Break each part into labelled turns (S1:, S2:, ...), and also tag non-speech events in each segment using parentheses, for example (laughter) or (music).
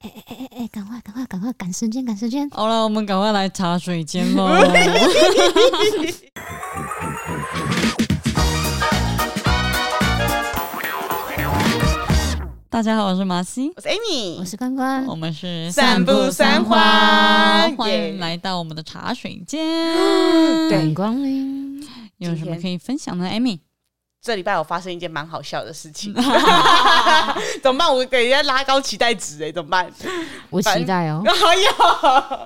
S1: 哎哎哎哎哎，赶快赶快赶快赶时间赶时间！
S2: 好了，我们赶快来茶水间
S3: (laughs)
S2: 喽。大家好，我是马西，
S3: 我是 Amy，
S1: 我是关关
S2: 我，们是
S3: 散步三花
S2: 欢迎
S3: 耶
S2: 来到我们的茶水间。
S1: 欢，光临。
S2: 有什么可以分享的，Amy？
S3: 这礼拜我发生一件蛮好笑的事
S1: (laughs)
S3: 情， (laughs) 怎么办？我给人家拉高期待值哎、怎么办？ (laughs)
S1: 我
S3: 反
S1: 期待哦。
S3: 哎呦，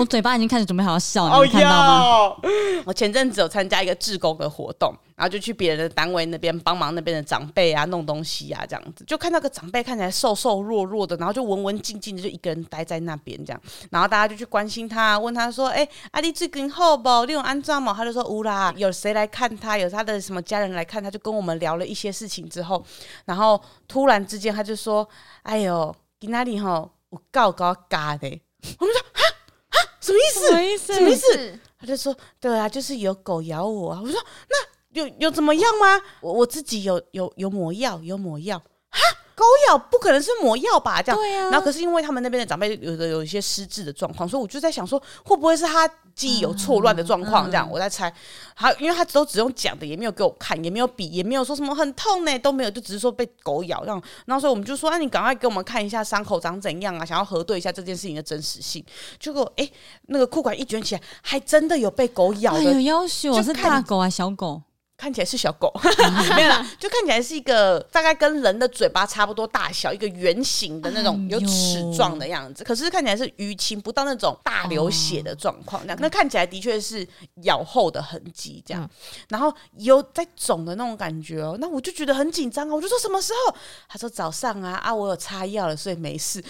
S2: 我嘴巴已经开始准备好要笑，你
S3: 哦
S2: 们看到吗？
S3: 哟！我前阵子有参加一个志工的活动，然后就去别人的单位那边帮忙那边的长辈啊弄东西啊这样子，就看到个长辈看起来瘦瘦弱弱的，然后就文文静静的就一个人待在那边这样，然后大家就去关心他，问他说：“哎、阿丽最近好不？你有安葬吗？”他就说：“无啦，有谁来看他？有他的什么家人来看他？”就跟我们聊了一些事情之后，然后突然之间他就说：“哎呦，今哪里吼有够高嘎的。”我们说：“啊啊，什么意思？”
S2: 意思
S3: 什么意思？
S1: 是
S3: 他就说：“对啊，就是有狗咬我啊。”我说：“那有有怎么样吗？我我自己有有有抹药，有抹药。哈，狗咬不可能是抹药吧？这样。
S2: 对啊
S3: 然后可是因为他们那边的长辈有的有一些失智的状况，所以我就在想说，会不会是他记忆有错乱的状况？这样、我在猜。好，因为他都只用讲的，也没有给我看，也没有比，也没有说什么很痛欸呢，都没有，就只是说被狗咬这样。然后所以我们就说，那、啊你赶快给我们看一下伤口长怎样啊，想要核对一下这件事情的真实性。结果哎、那个裤管一卷起来，还真的有被狗咬
S2: 哎
S3: 的
S2: 呦，要求
S3: 就是看
S2: 大狗还是小狗？
S3: (laughs) 看起来是小狗，
S1: 嗯
S3: (laughs) 没有啦，就看起来是一个大概跟人的嘴巴差不多大小，一个圆形的那种
S2: 哎
S3: 有
S2: 呦
S3: 齿状的样子。可是看起来是淤青，不到那种大流血的状况。那、那看起来的确是咬后的痕迹，这样，
S1: 嗯
S3: 然后有在肿的那种感觉哦。那我就觉得很紧张啊，我就说什么时候？他说早上啊啊，我有擦药了，所以没事。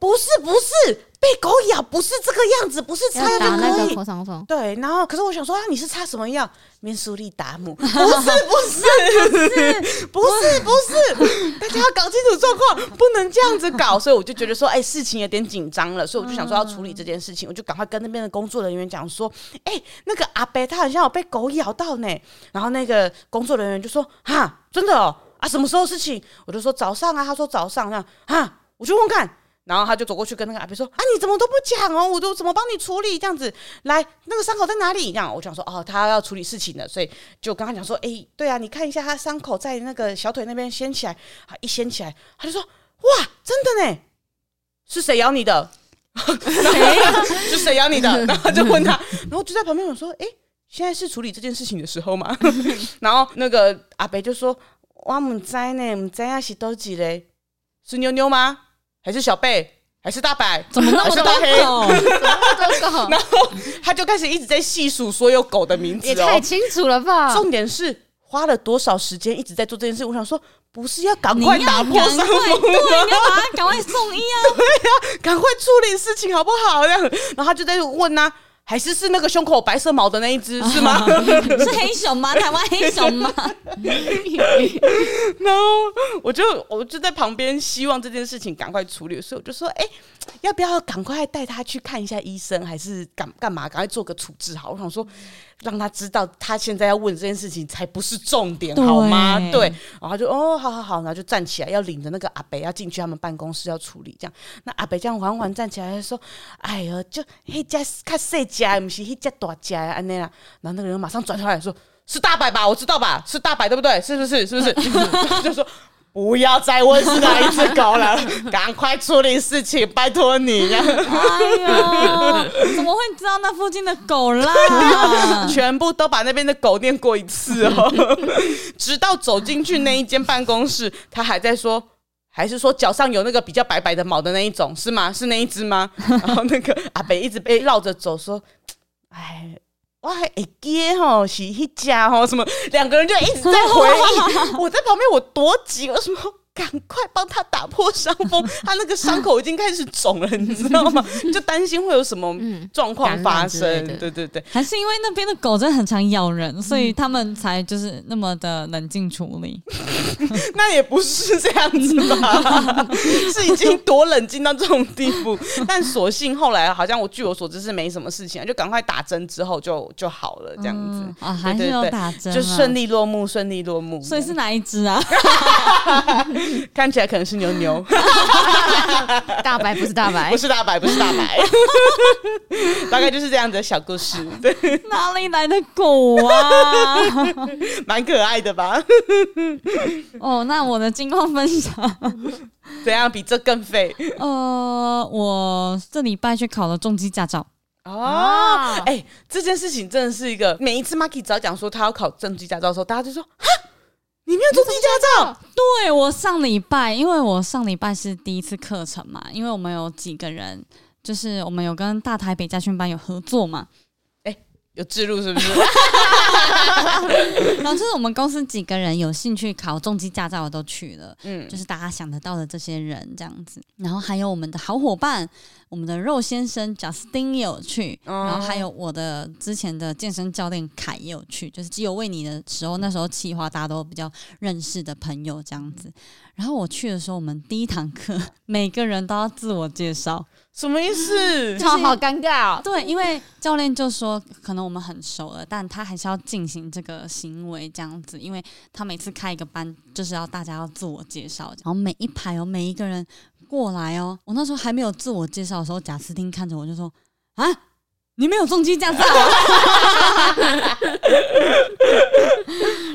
S3: 不是不是，被狗咬不是这个样子，不是擦
S1: 要
S3: 药
S1: 打
S3: 就
S1: 那
S3: 可
S1: 个
S3: 以。
S1: 口嗓风，
S3: 对，然后可是我想说啊，你是擦什么药？面苏利达姆？不是，不是，不是，不是，大家要搞清楚状况，不能这样子搞。所以我就觉得说，哎、事情有点紧张了，所以我就想说要处理这件事情，我就赶快跟那边的工作人员讲说，哎、那个阿伯他好像有被狗咬到呢。然后那个工作人员就说，哈，真的哦，啊，什么时候事情？我就说早上啊，他说早上啊，哈，我去问看。然后他就走过去跟那个阿伯说：“啊，你怎么都不讲哦？我都怎么帮你处理这样子？来，那个伤口在哪里？”这样我就想说：“哦，他要处理事情了，所以就跟他讲说：‘哎，对啊，你看一下他伤口在那个小腿那边掀起来，啊，一掀起来，他就说：‘哇，真的呢，是谁咬你的？’谁？ (laughs) 是谁咬你的？然后就问他，然后就在旁边我说：‘哎，现在是处理这件事情的时候吗？’ (laughs) 然后那个阿伯就说：‘我唔知呢，唔知啊是多几嘞，是妞妞吗？’还是小贝，还是大白，
S2: 怎么那
S3: 还
S2: 么
S3: 是大黑？
S2: 多狗？
S1: 狗狗
S3: 他就开始一直在细数所有狗的名字
S1: 也太
S3: 哦。
S1: 清楚了
S2: 啊
S1: 吧？
S3: 重点是花了多少时间一直在做这件事。我想说，不是要赶
S2: 你
S3: 快
S2: 要
S3: 打
S2: 赶
S3: 破
S2: 快，
S3: 伤
S2: 对，你要把它赶快送医啊！
S3: (laughs) 赶快处理事情好不好？这样，然后他就在问呐、还是是那个胸口白色毛的那一只
S2: (laughs)
S3: 是吗？ (laughs)
S2: 啊是黑熊吗？台湾黑熊吗？
S3: 然后我就我就在旁边希望这件事情赶快处理，所以我就说，哎、要不要赶快带他去看一下医生，还是干干嘛？赶快做个处置好。我想说，让他知道他现在要问这件事情才不是重点，
S2: 对
S3: 好吗？对，然后他就哦，好好好，然后就站起来要领着那个阿北要进去他们办公室要处理这样。那阿北这样缓缓站起来就说：“哎呦，就那家看谁家，不是那家大家安那啦。”然后那个人马上转头来说：“是大白吧？我知道吧？是大白对不对？是不是？是不是？” (laughs) 就说。不要再问是哪一只狗了，赶快处理事情，拜托你。这样
S2: 哎呦，怎么会知道那附近的狗
S3: (laughs)
S1: 嗯
S2: 啦？
S3: 全部都把那边的狗念过一
S1: (laughs)
S3: 次哦，直到走进去那一间办公室，他还在说。还是说脚上有那个比较白白的毛的那一种是吗？是那一
S1: (laughs)
S3: 只吗？然后那个阿北一直被绕着走，说：“哎，我还会记吼是一家吼什么？”两个人就一直在回忆。我在旁边，我多急，我说赶快帮他打破伤风，他那个伤口已经开始肿了，你知道
S1: (laughs)
S3: 吗？就担心会有什么
S1: 嗯
S3: 状况
S1: 感
S3: 发
S1: 染之类
S3: 生。
S1: 的
S3: 对对对，
S2: 还是因为那边的狗真的很常咬人，所以他们才就是那么的冷静处理。
S3: 嗯 (laughs) 那也不是这样子
S1: (laughs)
S3: 吧，是已经多冷静到这种地步。但所幸后来好像我据我所知是没什么事情啊，就赶快打针之后就就好了，这样子、
S2: 嗯啊，还是
S3: 对对
S2: 有
S3: 对
S2: 打针，
S3: 就顺
S2: 利。
S3: 利落幕，顺利落幕。
S2: 所以是哪一只啊？
S3: 看起来可能是牛牛，
S1: (laughs) 大白不是大白
S3: 不，是大白，不是大白， (laughs) 大概就是这样子的小故事， (laughs) 对，
S2: (laughs) 哪里来的狗啊？
S3: 蛮可爱的吧？
S2: 哦，那我的近况分享，
S3: 怎样比这更废
S2: 呃，我这礼拜去考了重机驾照，
S3: 哦？哎、这件事情真的是一个，每一次 Marky 只要讲说他要考正机驾照的时候，大家就说哈，你没有正机驾照，
S2: 对我上礼拜，因为我上礼拜是第一次课程嘛，因为我们有几个人，就是我们有跟大台北家训班有合作嘛，
S3: 有制度是不 (laughs) 是？
S2: 然后就是我们公司几个人有兴趣考重机驾照的都去了，
S3: 嗯
S2: 就是大家想得到的这些人这样子，然后还有我们的好伙伴，我们的肉先生 Justin 也有去，
S3: 哦
S2: 然后还有我的之前的健身教练凯也有去，就是只有为你的时候，那时候企划大家都比较认识的朋友这样子。然后我去的时候，我们第一堂课 (laughs) 每个人都要自我介绍，
S3: 什么意思？
S1: 好 (laughs) 好尴尬哦。
S2: 对，因为教练就说可能我们很熟了，但他还是要进行这个行为这样子，因为他每次开一个班就是要大家要自我介绍，然后每一排哦，每一个人过来哦。我那时候还没有自我介绍的时候，贾斯汀看着我就说：“啊，你没有重机驾照、啊。”哦 (laughs)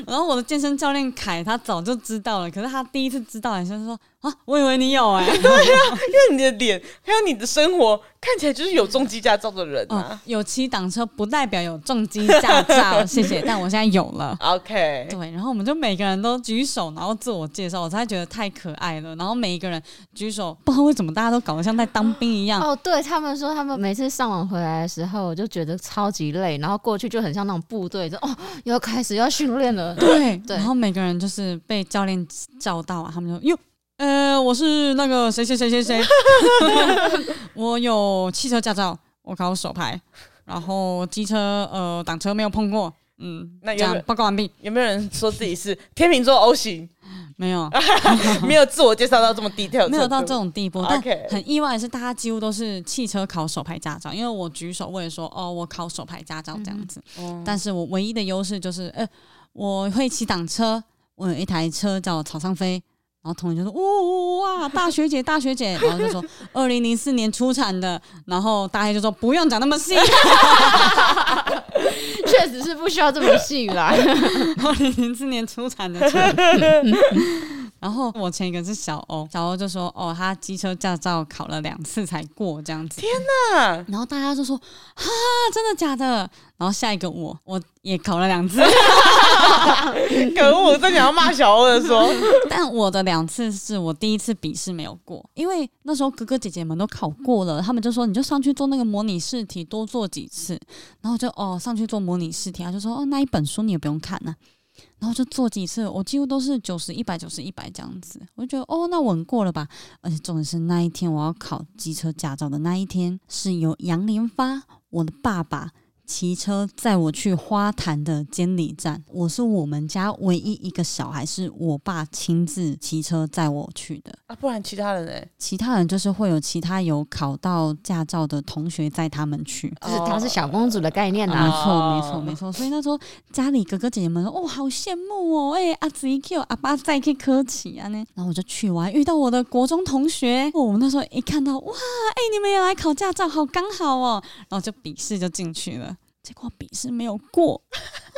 S2: 然后我的健身教练凯他早就知道了，可是他第一次知道，还是说：“啊，我以为你有哎、
S3: 因为你的脸还有你的生活看起来就是有重机驾照的人
S2: 哦
S3: 啊。，
S2: 有骑挡车不代表有重机驾照，谢谢。但我现在有了。
S3: 嗯 OK，
S2: 对，然后我们就每个人都举手，然后自我介绍，我才觉得太可爱了。然后每一个人举手，不知道为什么大家都搞得像在当兵一样。
S1: 哦，对他们说，他们每次上网回来的时候，我就觉得超级累，然后过去就很像那种部队，就哦，又要开始又要训练 (laughs) 了。
S2: 对，
S1: 对
S2: 然后每个人就是被教练叫到啊，他们就哟，呃，我是那个谁谁谁谁谁，我有汽车驾照，我考手牌，然后机车呃挡车没有碰过，嗯，
S3: 那
S2: 这
S3: 有没有
S2: 样报告完毕，
S3: 有没有人说自己是天秤座 O 型？ (laughs)
S2: 没有。
S3: 没有自我介绍到这么低调，
S2: 没有到这种地步，但
S3: OK
S2: 很意外的是，大家几乎都是汽车考手牌驾照，因为我举手我也说哦，我考手牌驾照这样子，
S3: 哦
S2: 但是我唯一的优势就是，呃，我会骑挡车，我有一台车叫草上飞。然后同学就说：“哦、哇，大学姐，大学姐。”然后就 (laughs) 说：“二零零四年出产的。”然后大黑就说：“不用讲那么 (laughs) 细。
S1: 确实是不需要这么细啦。
S2: 二零零四年出产的车。 (laughs) 然后我前一个是小欧，小欧就说：“哦，他机车驾照考了两次才过这样子。”
S3: 啊，
S2: 然后大家就说：“哈，真的假的？”然后下一个我，我也考了两次，
S3: 可恶！我正想要骂小欧的说，
S2: 但我的两次是我第一次笔试没有过，因为那时候哥哥姐姐们都考过了，他们就说你就上去做那个模拟试题，多做几次。然后我就哦上去做模拟试题，他就说哦那一本书你也不用看呐、然后就做几次，我几乎都是九十、一百、九十、一百这样子，我就觉得哦，那稳过了吧。而且重点是那一天我要考机车驾照的那一天，是由杨连发我的爸爸骑车载我去花坛的监理站。我是我们家唯一一个小孩，是我爸亲自骑车载我去的。
S3: (laughs) 啊，不然其他人呢？
S2: 其他人就是会有其他有考到驾照的同学载他们去。
S1: 就是她是小公主的啊概念
S2: 没
S1: 啦。
S2: 错，啊没错，没错。所以那时候家里哥哥姐姐们说：“哦，好羡慕哦！哎、阿子一 Q，阿爸再去科起啊呢。”然后我就去，我还遇到我的国中同学。哦，我们那时候一看到，哇，哎、你们也来考驾照，好刚好哦。然后就笔试就进去了，结果笔试没有过，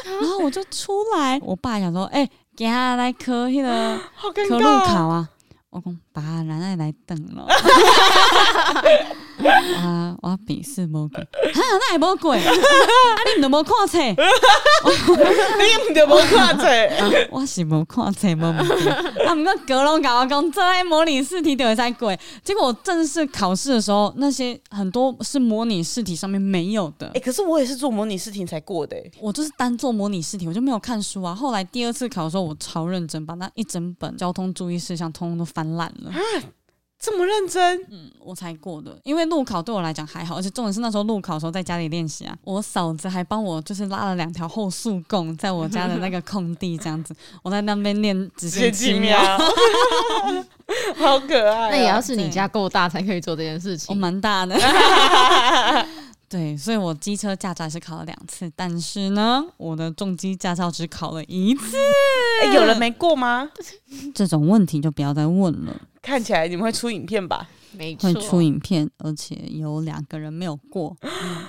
S2: 然后我就出来，我爸想说：“哎、给他来科那个
S3: 好尴
S2: 科路
S3: 尬，哦
S2: 考啊，我讲爸，咱爱来等咯。啊， (laughs) 我笔试无过，哈，那也无过，啊，你们都无看册，
S3: 你唔得无看者，
S2: 我是无看册，无问题。啊，毋过格隆甲我讲，这爱模拟试题就会使过。结果我正式考试的时候，那些很多是模拟试题上面没有的。
S3: (laughs) 哎，可是我也是做模拟试题才过的欸，
S2: 我就是单做模拟试题，我就没有看书啊。后来第二次考的时候，我超认真，把那一整本交通注意事项通通都翻烂了。
S3: 啊这么认真，
S2: 我才过的，因为路考对我来讲还好，而且重点是那时候路考的时候在家里练习啊，我嫂子还帮我就是拉了两条后速供，在我家的那个空地这样子，我在那边练直
S3: 直接
S2: 线
S3: 几
S2: 七
S3: 秒 (laughs)
S2: 秒，，
S3: 好可爱啊。
S1: 那也要是你家够大才可以做这件事
S2: 我
S1: 情。
S2: 蛮大的。 (laughs) 对，所以我机车驾照还是考了两次，但是呢，我的重机驾照只考了一次。
S3: 哎有人没过吗？
S2: 这种问题就不要再问了，
S3: 看起来你们会出影片吧？
S1: 没错
S2: 会，出影片，而且有两个人没有过，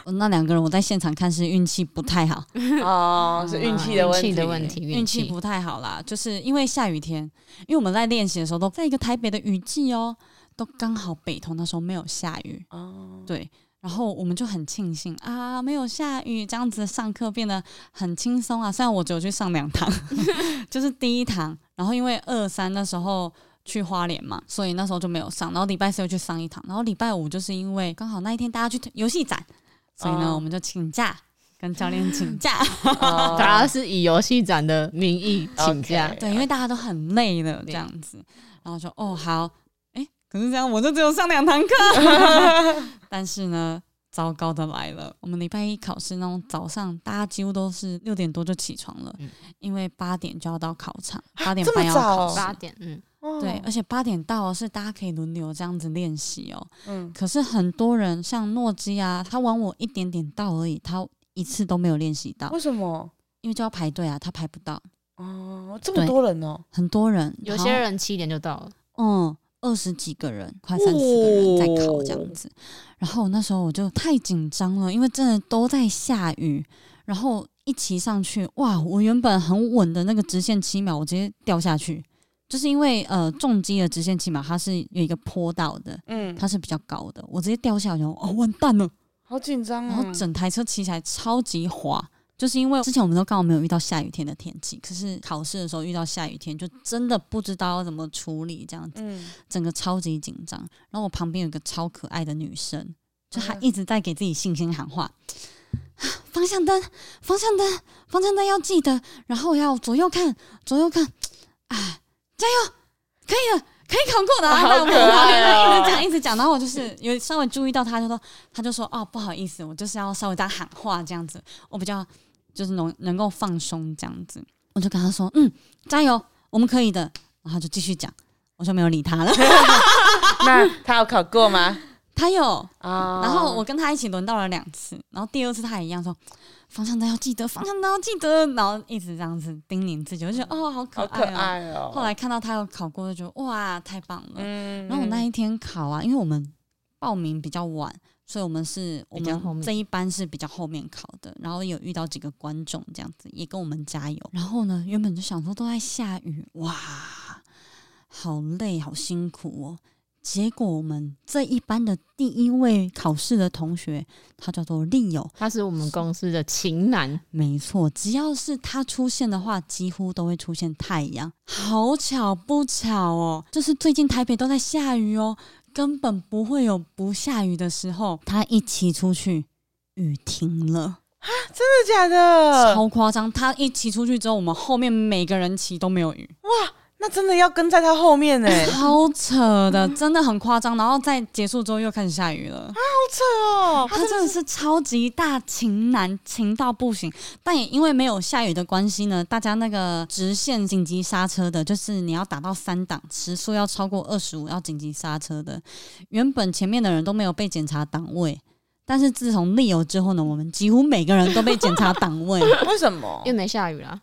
S2: 嗯那两个人我在现场看是运气不太好，
S3: 哦，是运气的问题。
S1: 运气的问题，
S2: 运气不太好啦，就是因为下雨天，因为我们在练习的时候都在一个台北的雨季哦，都刚好北投那时候没有下雨，
S3: 哦，
S2: 对，然后我们就很庆幸啊，没有下雨，这样子上课变得很轻松啊。虽然我只有去上两堂， (laughs) 就是第一堂，然后因为二三那时候。去花莲嘛，所以那时候就没有上。然后礼拜四又去上一堂，然后礼拜五就是因为刚好那一天大家去游戏展，所以呢，
S3: 哦
S2: 我们就呃请假跟教练请假，
S3: 哦
S1: 主要是以游戏展的名义请假
S3: OK
S2: 对，因为大家都很累了这
S1: 啊对
S2: 样子，然后就哦好，哎、可是这样我就只有上
S1: (laughs)
S2: 两堂课，但是呢，糟糕的来了，我们礼拜一考试那种早上，大家几乎都是六点多就起床了，
S1: 嗯
S2: 因为八点就要到考场，八点
S3: 这么
S2: 半要
S3: 早
S2: 考
S1: 八
S2: 试。
S1: 点，嗯，
S3: 哦
S2: 对，而且八点到的是大家可以轮流这样子练习哦。
S3: 嗯，
S2: 可是很多人像诺基啊，他晚我一点点到而已，他一次都没有练习到
S3: 为，什么？
S2: 因为就要排队啊，他排不到。
S3: 哦，这么多人哦，
S2: 很多人，
S1: 有
S2: 然
S1: 些
S2: 后
S1: 人七点就到了，
S2: 嗯，二十几个人，快三十个人在考这样子。然后那时候我就太紧张了，因为真的都在下雨，然后一骑上去，哇！我原本很稳的那个直线七秒，我直接掉下去，就是因为呃重机的直线七秒它是有一个坡道的。
S3: 嗯，
S2: 它是比较高的，我直接掉下来，然后哦完蛋了，
S3: 好紧张
S2: 然
S3: 哦
S2: 后。整台车骑起来超级滑，就是因为之前我们都刚好没有遇到下雨天的天气，可是考试的时候遇到下雨天，就真的不知道要怎么处理这样子。 (laughs)
S3: 嗯，
S2: 整个超级紧张。然后我旁边有一个超可爱的女生，就她
S3: 嗯
S2: 一直在给自己信心喊话。啊方向灯，方向灯，方向灯要记得，然后要左右看，左右看，啊，加油，可以的，可以考过的、啊。
S3: 好
S2: 然后我
S3: 可
S2: 旁边
S3: 爱哦
S2: 一直讲，一直讲，然后我就是有稍微注意到她，就说，她就说，哦，不好意思，我就是要稍微这样喊话这样子，我比较就是能能够放松这样子。我就跟她说，嗯，加油，我们可以的。然后她就继续讲，我就没有理她了。
S3: 那他有考过吗？
S2: 他有，
S3: 啊
S2: (laughs) 然后我跟他一起轮到了两次，然后第二次他也一样说方向灯要记得，方向灯要记得，然后一直这样子叮咛自己，我就觉得哦好可
S3: 好
S2: 爱、
S3: 可
S2: 哦。
S3: 爱哦。
S2: 后来，看到他有考过，就觉得哇太棒了。
S3: 嗯
S2: 然后我那一天考啊，因为我们报名比较晚，所以我们是我
S1: 比较后
S2: 们
S1: 面
S2: 这一班是比较后面考的，然后有遇到几个观众这样子，也跟我们加油。然后呢，原本就想说都在下雨，哇，好累，好辛苦哦。结果我们这一班的第一位考试的同学，他叫做利友，
S1: 他是我们公司的情男，
S2: 没错，只要是它出现的话，几乎都会出现太阳。好巧不巧哦，就是最近台北都在下雨哦，根本不会有不下雨的时候。它一骑出去，雨停了，
S3: 真的假的？
S2: 超夸张。它一骑出去之后，我们后面每个人骑都没有雨，
S3: 那真的要跟在他后面呢，欸
S2: (laughs)
S3: 好
S2: 超扯的，真的很夸张。然后在结束之后又开始下雨了。
S3: 扯哦。
S2: 他真的是超级大情男，情到不行。但也因为没有下雨的关系呢，大家那个直线紧急刹车的，就是你要打到三档，时速要超过二十五，要紧急刹车的。原本前面的人都没有被检查档位，但是自从利友之后呢，我们几乎每个人都被检查档位。
S3: 为什么
S1: 因为？没下雨啦，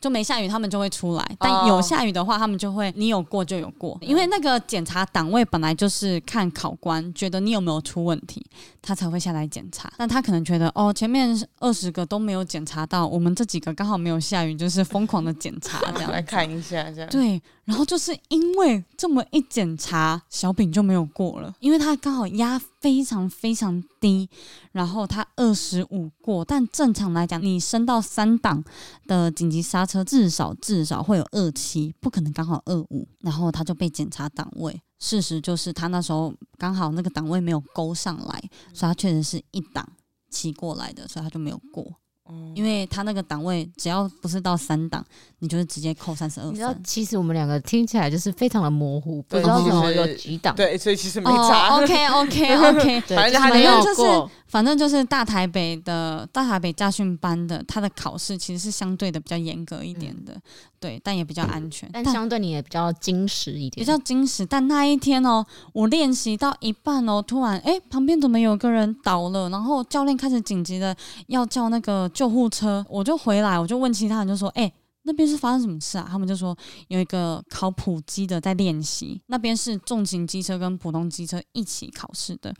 S2: 就没下雨，他们就会出来；但有下雨的话，他们就会你有过就有过，哦因为那个检查档位本来就是看考官觉得你有没有出问题，他才会下来检查。但他可能觉得哦，前面二十个都没有检查到，我们这几个刚好没有下雨，就是疯狂的检查 (laughs) 这样
S3: 来看一下，
S1: 嗯
S3: 这样。
S2: 对，然后就是因为这么一检查，小饼就没有过了，因为他刚好压非常非常低，然后他二十五过，但正常来讲，你升到三档的紧急刹车，至少至少会有二七，不可能刚好二五，然后他就被检查档位。事实就是他那时候刚好那个档位没有勾上来，所以他确实是一档骑过来的，所以他就没有过。
S3: 嗯
S2: 因为他那个档位只要不是到三档，你就是直接扣三十二
S1: 你
S2: 分
S1: 知。道，其实我们两个听起来就是非常的模糊，不
S3: 嗯对
S1: 知道
S3: 其
S1: 什么
S3: 实
S1: 有几档，
S3: 对，所以其实 (laughs) 没差。
S2: 哦、OK OK
S3: (laughs)
S2: OK，
S1: 对，
S3: 反正他
S1: 就是没
S2: 就
S1: 有
S2: 是
S1: 过，
S2: 反正就是大台北的大台北驾训班的，它的考试其实是相对的比较严格一点的，对，但也比较安全。
S1: 嗯但相对你也比较矜持一
S2: 比
S1: 点，
S2: 较矜持，但那一天哦，我练习到一半哦，突然哎、旁边怎么有个人倒了？然后教练开始紧急的要叫那个救护车，我就回来，我就问其他人，就说：“哎、那边是发生什么事啊？他们就说有一个考普机的在练习，那边是重型机车跟普通机车一起考试的，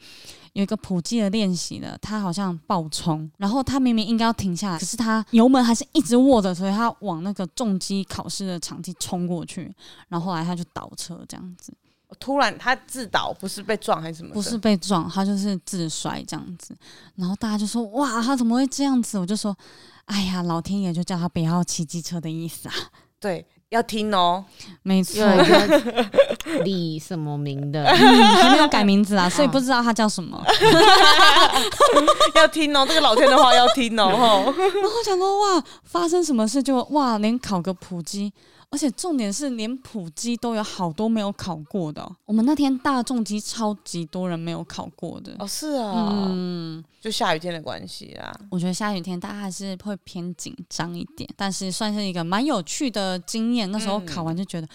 S2: 有一个普机的练习的，他好像爆冲，然后他明明应该要停下来，可是他油门还是一直握着，所以他往那个重机考试的场地冲过去，然后后来他就倒车这样子。
S3: 突然他自导，不是被撞还是什么？
S2: 不是，被撞，他就是自摔这样子。然后大家就说：“哇，他怎么会这样子？”我就说：“哎呀，老天爷就叫他不要骑机车的意思啊。
S3: 对，要听哦。” (laughs)
S2: 没错
S1: 有，一个李什么名的，
S2: 嗯还没有改名字啊，
S1: 嗯
S2: 所以不知道他叫什么。
S3: 要听哦，这个老天的话要听哦。吼
S2: 然后我想说：“哇，发生什么事就哇，连考个普机。”而且重点是，连普机都有好多没有考过的哦、我们那天大众机超级多人没有考过的。
S3: 哦，是啊，
S2: 嗯，
S3: 就下雨天的关系啊。
S2: 我觉得下雨天大家还是会偏紧张一点，但是算是一个蛮有趣的经验。那时候
S3: 嗯
S2: 考完就觉得，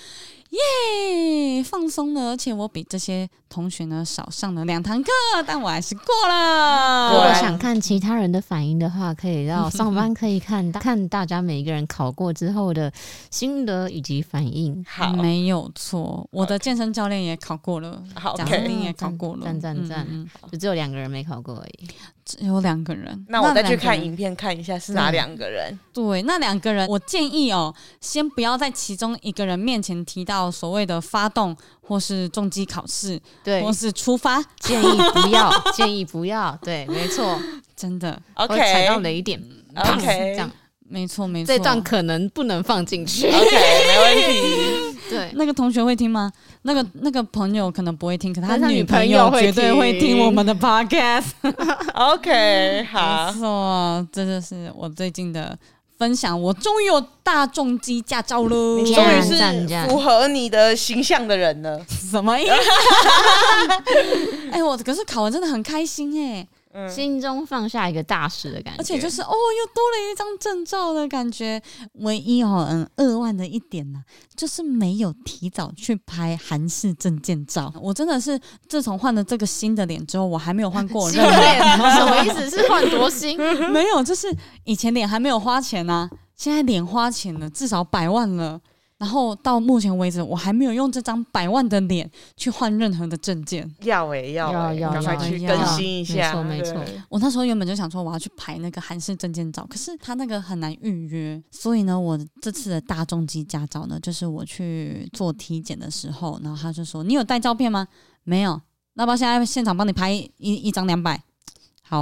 S2: 耶，放松了，而且我比这些同学呢少上了两堂课，但我还是过了。
S1: (laughs) 如
S3: 果
S1: 果
S3: 然
S1: 想看其他人的反应的话，可以到上班可以看看大 (laughs) 家每一个人考过之后的心得以及反应。
S3: 好，
S2: 没有错，我的健身教练也考过了，
S3: 好
S2: 贾
S3: ，OK
S2: 斯汀也考过了，
S1: 赞赞
S2: 嗯
S1: 赞
S2: 嗯嗯
S1: 就只有两个人没考过而已。
S2: 只有两个人。
S3: 那我再
S2: 两
S3: 去
S2: 个人
S3: 看影片看一下是哪两个人。
S2: 对，那两个人，我建议哦，先不要在其中一个人面前提到所谓的发动或是重击考试，
S1: 对
S2: 或是出发，
S1: 建议不要，建议不要。对，没错
S2: 真的，
S1: 会踩到
S3: OK，OK，
S1: 雷点。
S2: 嗯
S3: OK
S1: 这样
S2: 没错没错。
S1: 这段可能不能放进去。
S2: 嗯
S3: 没问题。
S1: 对，
S2: 那个同学会听吗？那个那个朋友可能不会听，可
S1: 嗯但是他
S2: 女
S1: 女朋
S2: 朋
S1: 友会
S2: 绝对会听
S1: 听
S2: 我们的
S1: (laughs)
S2: podcast。
S3: OK，好
S2: 没，错，这就是我最近的分享。我终于有大众机驾照喽！
S3: 你终于是符合你的形象的人了。
S2: 什么意思？ (laughs) 哎、我可是考完真的很开心哎、
S3: 嗯，
S1: 心中放下一个大事的感觉。
S2: 而且就是哦，又多了一张证照的感觉。唯一哦，嗯，扼腕的一点呢、就是没有提早去拍韩式证件照。我真的是自从换了这个新的脸之后，我还没有换过
S1: 新
S2: 任何
S1: 恋
S2: (laughs)
S1: (laughs) 什么意思？是换多心？
S2: 没有，就是以前脸还没有花钱呢、现在脸花钱了，至少百万了。然后到目前为止，我还没有用这张百万的脸去换任何的证件。
S3: 要哎要
S1: 要
S3: 欸，
S1: 要
S3: 赶快去
S2: 要
S3: 更新一下。
S1: 要没错
S3: 对
S1: 没错。
S2: 我那时候原本就想说我要去排那个韩式证件照，可是他那个很难预约，所以呢，我这次的大众机驾照呢，就是我去做体检的时候，然后他就说你有带照片吗？没有，那不然现在现场帮你拍一一一张两百，好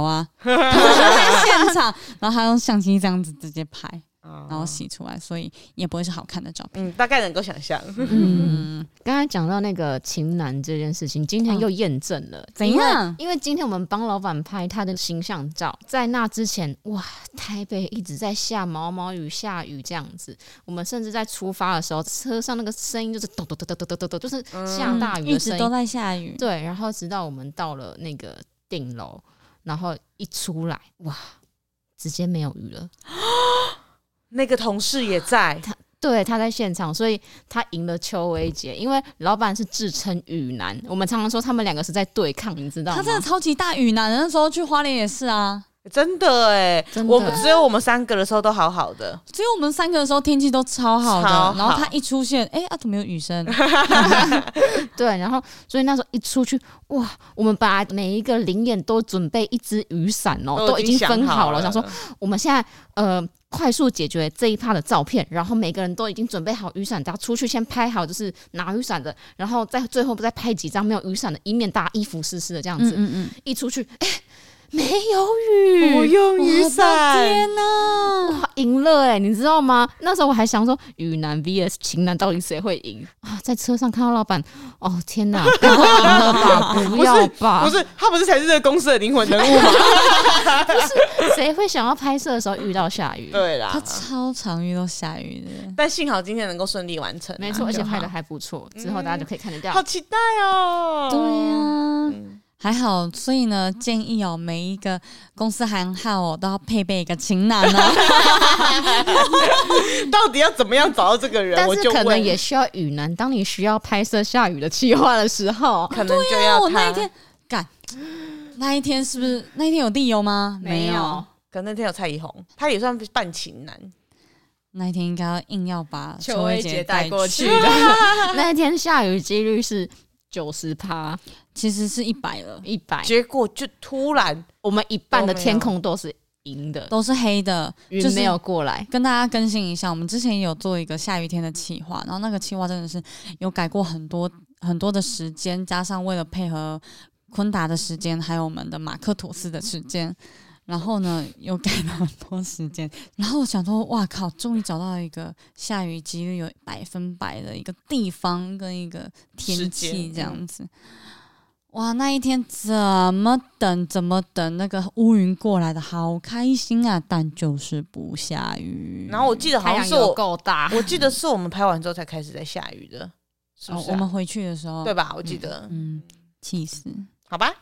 S1: (laughs)
S2: 啊，他就在现场，然后他用相机这样子直接拍，然后
S3: 啊
S2: 洗出来，所以也不会是好看的照片。
S3: 嗯，大概能够想象。
S2: 嗯，
S1: 刚才讲到那个情男这件事情，今天又验证了。
S2: 怎
S1: 因为
S2: 样
S1: 因为今天我们帮老板拍他的形象照，在那之前，哇，台北一直在下毛毛雨，下雨这样子。我们甚至在出发的时候，车上那个声音就是咚咚咚咚咚咚咚，就是
S2: 嗯
S1: 下大雨
S2: 一
S1: 的
S2: 直
S1: 声
S2: 都
S1: 音。
S2: 在下雨，
S1: 对，然后直到我们到了那个顶楼，然后一出来，哇，直接没有雨了。
S3: 那个同事也在，
S1: 对，他在现场，所以他赢了邱薇姐，因为老板是自称雨男，我们常常说他们两个是在对抗，你知道
S2: 他
S1: 吗？
S2: 真的超级大雨男，那时候去花莲也是啊。
S3: 真的哎
S1: 真，的
S3: 我们只有我们三个的时候都好好的，
S2: 只有我们三个的时候天气都超好的，
S3: 超好
S2: 然后他一出现，哎、啊怎么有雨声？
S1: 对，然后所以那时候一出去，哇，我们把每一个零演都准备一支雨伞哦，都已经
S3: 想
S1: 分好
S3: 了，
S1: 了，想说我们现在呃快速解决这一趴的照片，然后每个人都已经准备好雨伞，大家出去先拍好，就是拿雨伞的，然后再最后再拍几张没有雨伞的，以免大家衣服湿湿的这样子。
S2: 嗯
S1: 一出去，哎、没有雨，
S3: 不用
S2: 我
S3: 雨
S2: 的
S3: 伞，
S2: 天呐、
S1: 哇赢了哎、你知道吗？那时候我还想说，雨男 VS 情男到底谁会赢啊？在车上看到老板，哦天
S3: (laughs)
S1: 哪，不要吧，不要吧
S3: 不，是他不是才是这个公司的灵魂人物吗？
S1: 谁会想要拍摄的时候遇到下雨？
S3: (laughs) 对
S2: 他
S3: 啦，
S2: 超常遇到下雨的，
S3: 但幸好今天能够顺利完成啊，嗯
S1: 没错，而且
S3: 就好
S1: 拍的还不错，之后大家就可以看得到。
S3: 好期待哦。
S2: 对
S1: 啊
S2: 呀、
S3: 嗯
S2: 还好，所以呢，建议哦，每一个公司行号哦，都要配备一个情男哦。
S3: 到底要怎么样找到这个人？
S1: 但
S3: 我
S1: 是
S3: 就
S1: 可能
S3: 问
S1: 也需要雨男，当你需要拍摄下雨的计划的时
S3: (laughs)
S1: 候，
S3: 可能就
S1: 啊
S2: 那
S3: 要
S2: 我哦那
S3: 他
S2: 一。天干，那一天是不是那一天有地油吗？没有，
S3: 可能那天有蔡依红，他也算半情男，
S2: 那一天应该要硬要把
S4: 邱
S2: 威
S4: 威
S2: 杰
S4: 杰带过
S2: 去
S4: 去，的，
S1: (laughs) 那一天下雨几率是九十趴，
S2: 其实是一百了，
S1: 一百，
S3: 结果就突然
S1: 我们一半的天空都是银的，
S2: 都是黑的，
S1: 云
S2: 就是
S1: 没有过来。
S2: 跟大家更新一下，我们之前也有做一个下雨天的企划，然后那个企划真的是有改过很多很多的时间，加上为了配合昆达的时间，还有我们的马克吐斯的时间，然后呢又改了很多时间，然后我想说，哇靠，终于找到一个下雨几率有百分百的一个地方跟一个天
S3: 时
S2: 气
S3: 间嗯
S2: 这样子。哇，那一天怎么等怎么等那个乌云过来的，好开心啊！但就是不下雨。
S3: 嗯然后我记得好
S1: 太
S3: 像
S1: 阳
S3: 是
S1: 有
S3: 我，
S1: 够大，
S3: (laughs) 我记得是我们拍完之后才开始在下雨的，是不
S2: 哦
S3: 是、啊
S2: 我们回去的时候，
S3: 对吧？我记得，
S2: 嗯，气死！
S3: 好吧。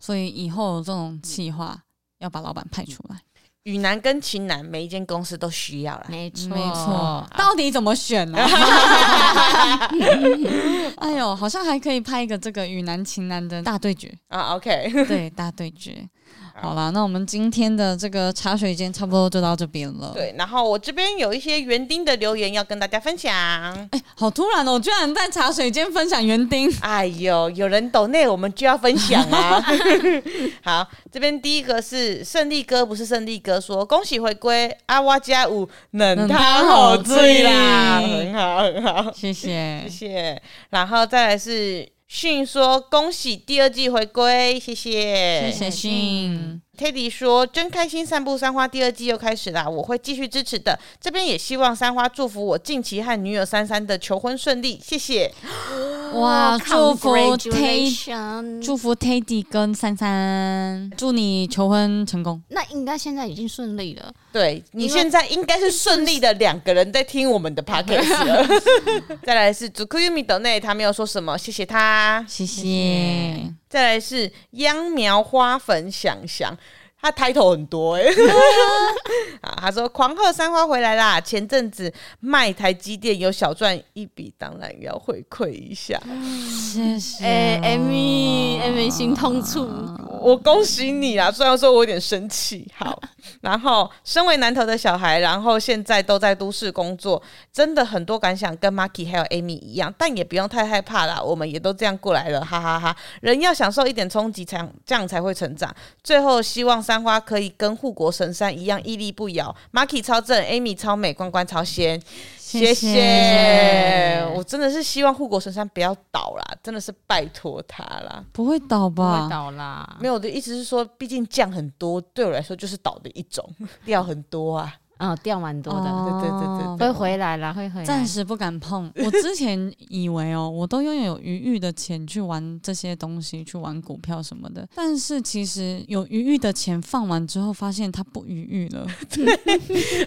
S2: 所以以后这种计划要把老板派出来，
S3: 雨男跟情男，每一间公司都需要啦。
S1: 没错，
S2: 没
S3: 啊
S2: 错。到底怎么选呢、 (laughs) 哎呦，好像还可以拍一个这个与男情男的大对决，
S3: 啊，OK，
S2: (laughs)
S3: (laughs)
S2: 对，大对决。好啦，那我们今天的这个茶水间差不多就到这边了。
S3: 对。然后我这边有一些园丁的留言要跟大家分享。
S2: 哎、好突然哦！我居然在茶水间分享园丁，
S3: 哎呦，有人抖内，我们就要分享
S2: (laughs)
S3: 啊！好，这边第一个是胜利哥，不是胜利哥说恭喜回归阿哇加五冷汤好醉啦，
S2: 冷
S3: 很好很好，
S2: 谢
S3: 谢
S2: 谢。
S3: 谢。然后再来是迅说恭喜第二季回归，谢
S2: 谢
S3: 谢
S2: 谢信，
S3: Teddy 说：“真开心，散步三花第二季又开始啦，我会继续支持的。这边也希望三花祝福我近期和女友珊珊的求婚顺利，谢谢。
S2: 哇，祝福 Tay，
S1: Tay，
S2: 祝福 Teddy 跟珊珊，祝你求婚成功。
S1: 那应该现在已经顺利了。
S3: 对你
S1: 因为
S3: 现在应该是顺利的，两个人在听我们的 podcast 了。 (laughs) 再来是 Zukuyumi 斗内，他没有说什么，谢谢他。
S2: 谢谢，
S3: 再来是秧苗花粉想想。”他抬头很多哎、 (laughs) 啊，他说狂贺三花回来啦！前阵子卖台积电有小赚一笔，当然要回馈一下。
S2: 谢谢。
S1: 哎，Amy，Amy 心痛处，
S3: 我恭喜你啦！虽然说我有点生气，好，然后身为南投的小孩，然后现在都在都市工作，真的很多感想跟 Marky 还有 Amy 一样，但也不用太害怕啦，我们也都这样过来了，哈哈哈人要享受一点冲击，才这样才会成长。最后，希望三花可以跟护国神山一样屹立不摇。Marky 超正，Amy 超美，关关超仙，
S2: 谢
S3: 谢
S2: 谢
S3: 谢。我真的是希望护国神山不要倒啦，真的是拜托他啦。
S2: 不会倒
S1: 不
S2: 吧？
S1: 会倒啦
S3: 没。有，我的意思是说，毕竟酱很多，对我来说就是倒的一种， (laughs) 料很多啊。 (laughs)
S1: 嗯，掉蛮多的，
S3: 对对对对
S2: 哦
S1: 会回来啦，会回来。
S2: 暂时不敢 (laughs) 碰。我之前以为哦，我都拥有余裕的钱去玩这些东西，去玩股票什么的。但是其实有余裕的钱放完之后，发现它不余裕了。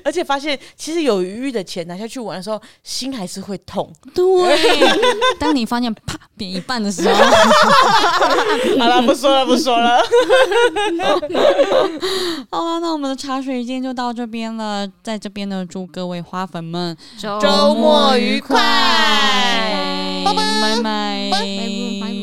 S3: 而且发现其实有余裕的钱拿下去玩的时候，心还是会痛。
S2: (laughs) 对，当你发现啪变一半的时候，
S3: 好了，不说了，不说了。
S2: (laughs) 好了，那我们的茶水间就到这边了。在这边呢，祝各位花粉们
S1: 周
S3: 周末愉快
S2: 拜拜拜
S1: 拜拜。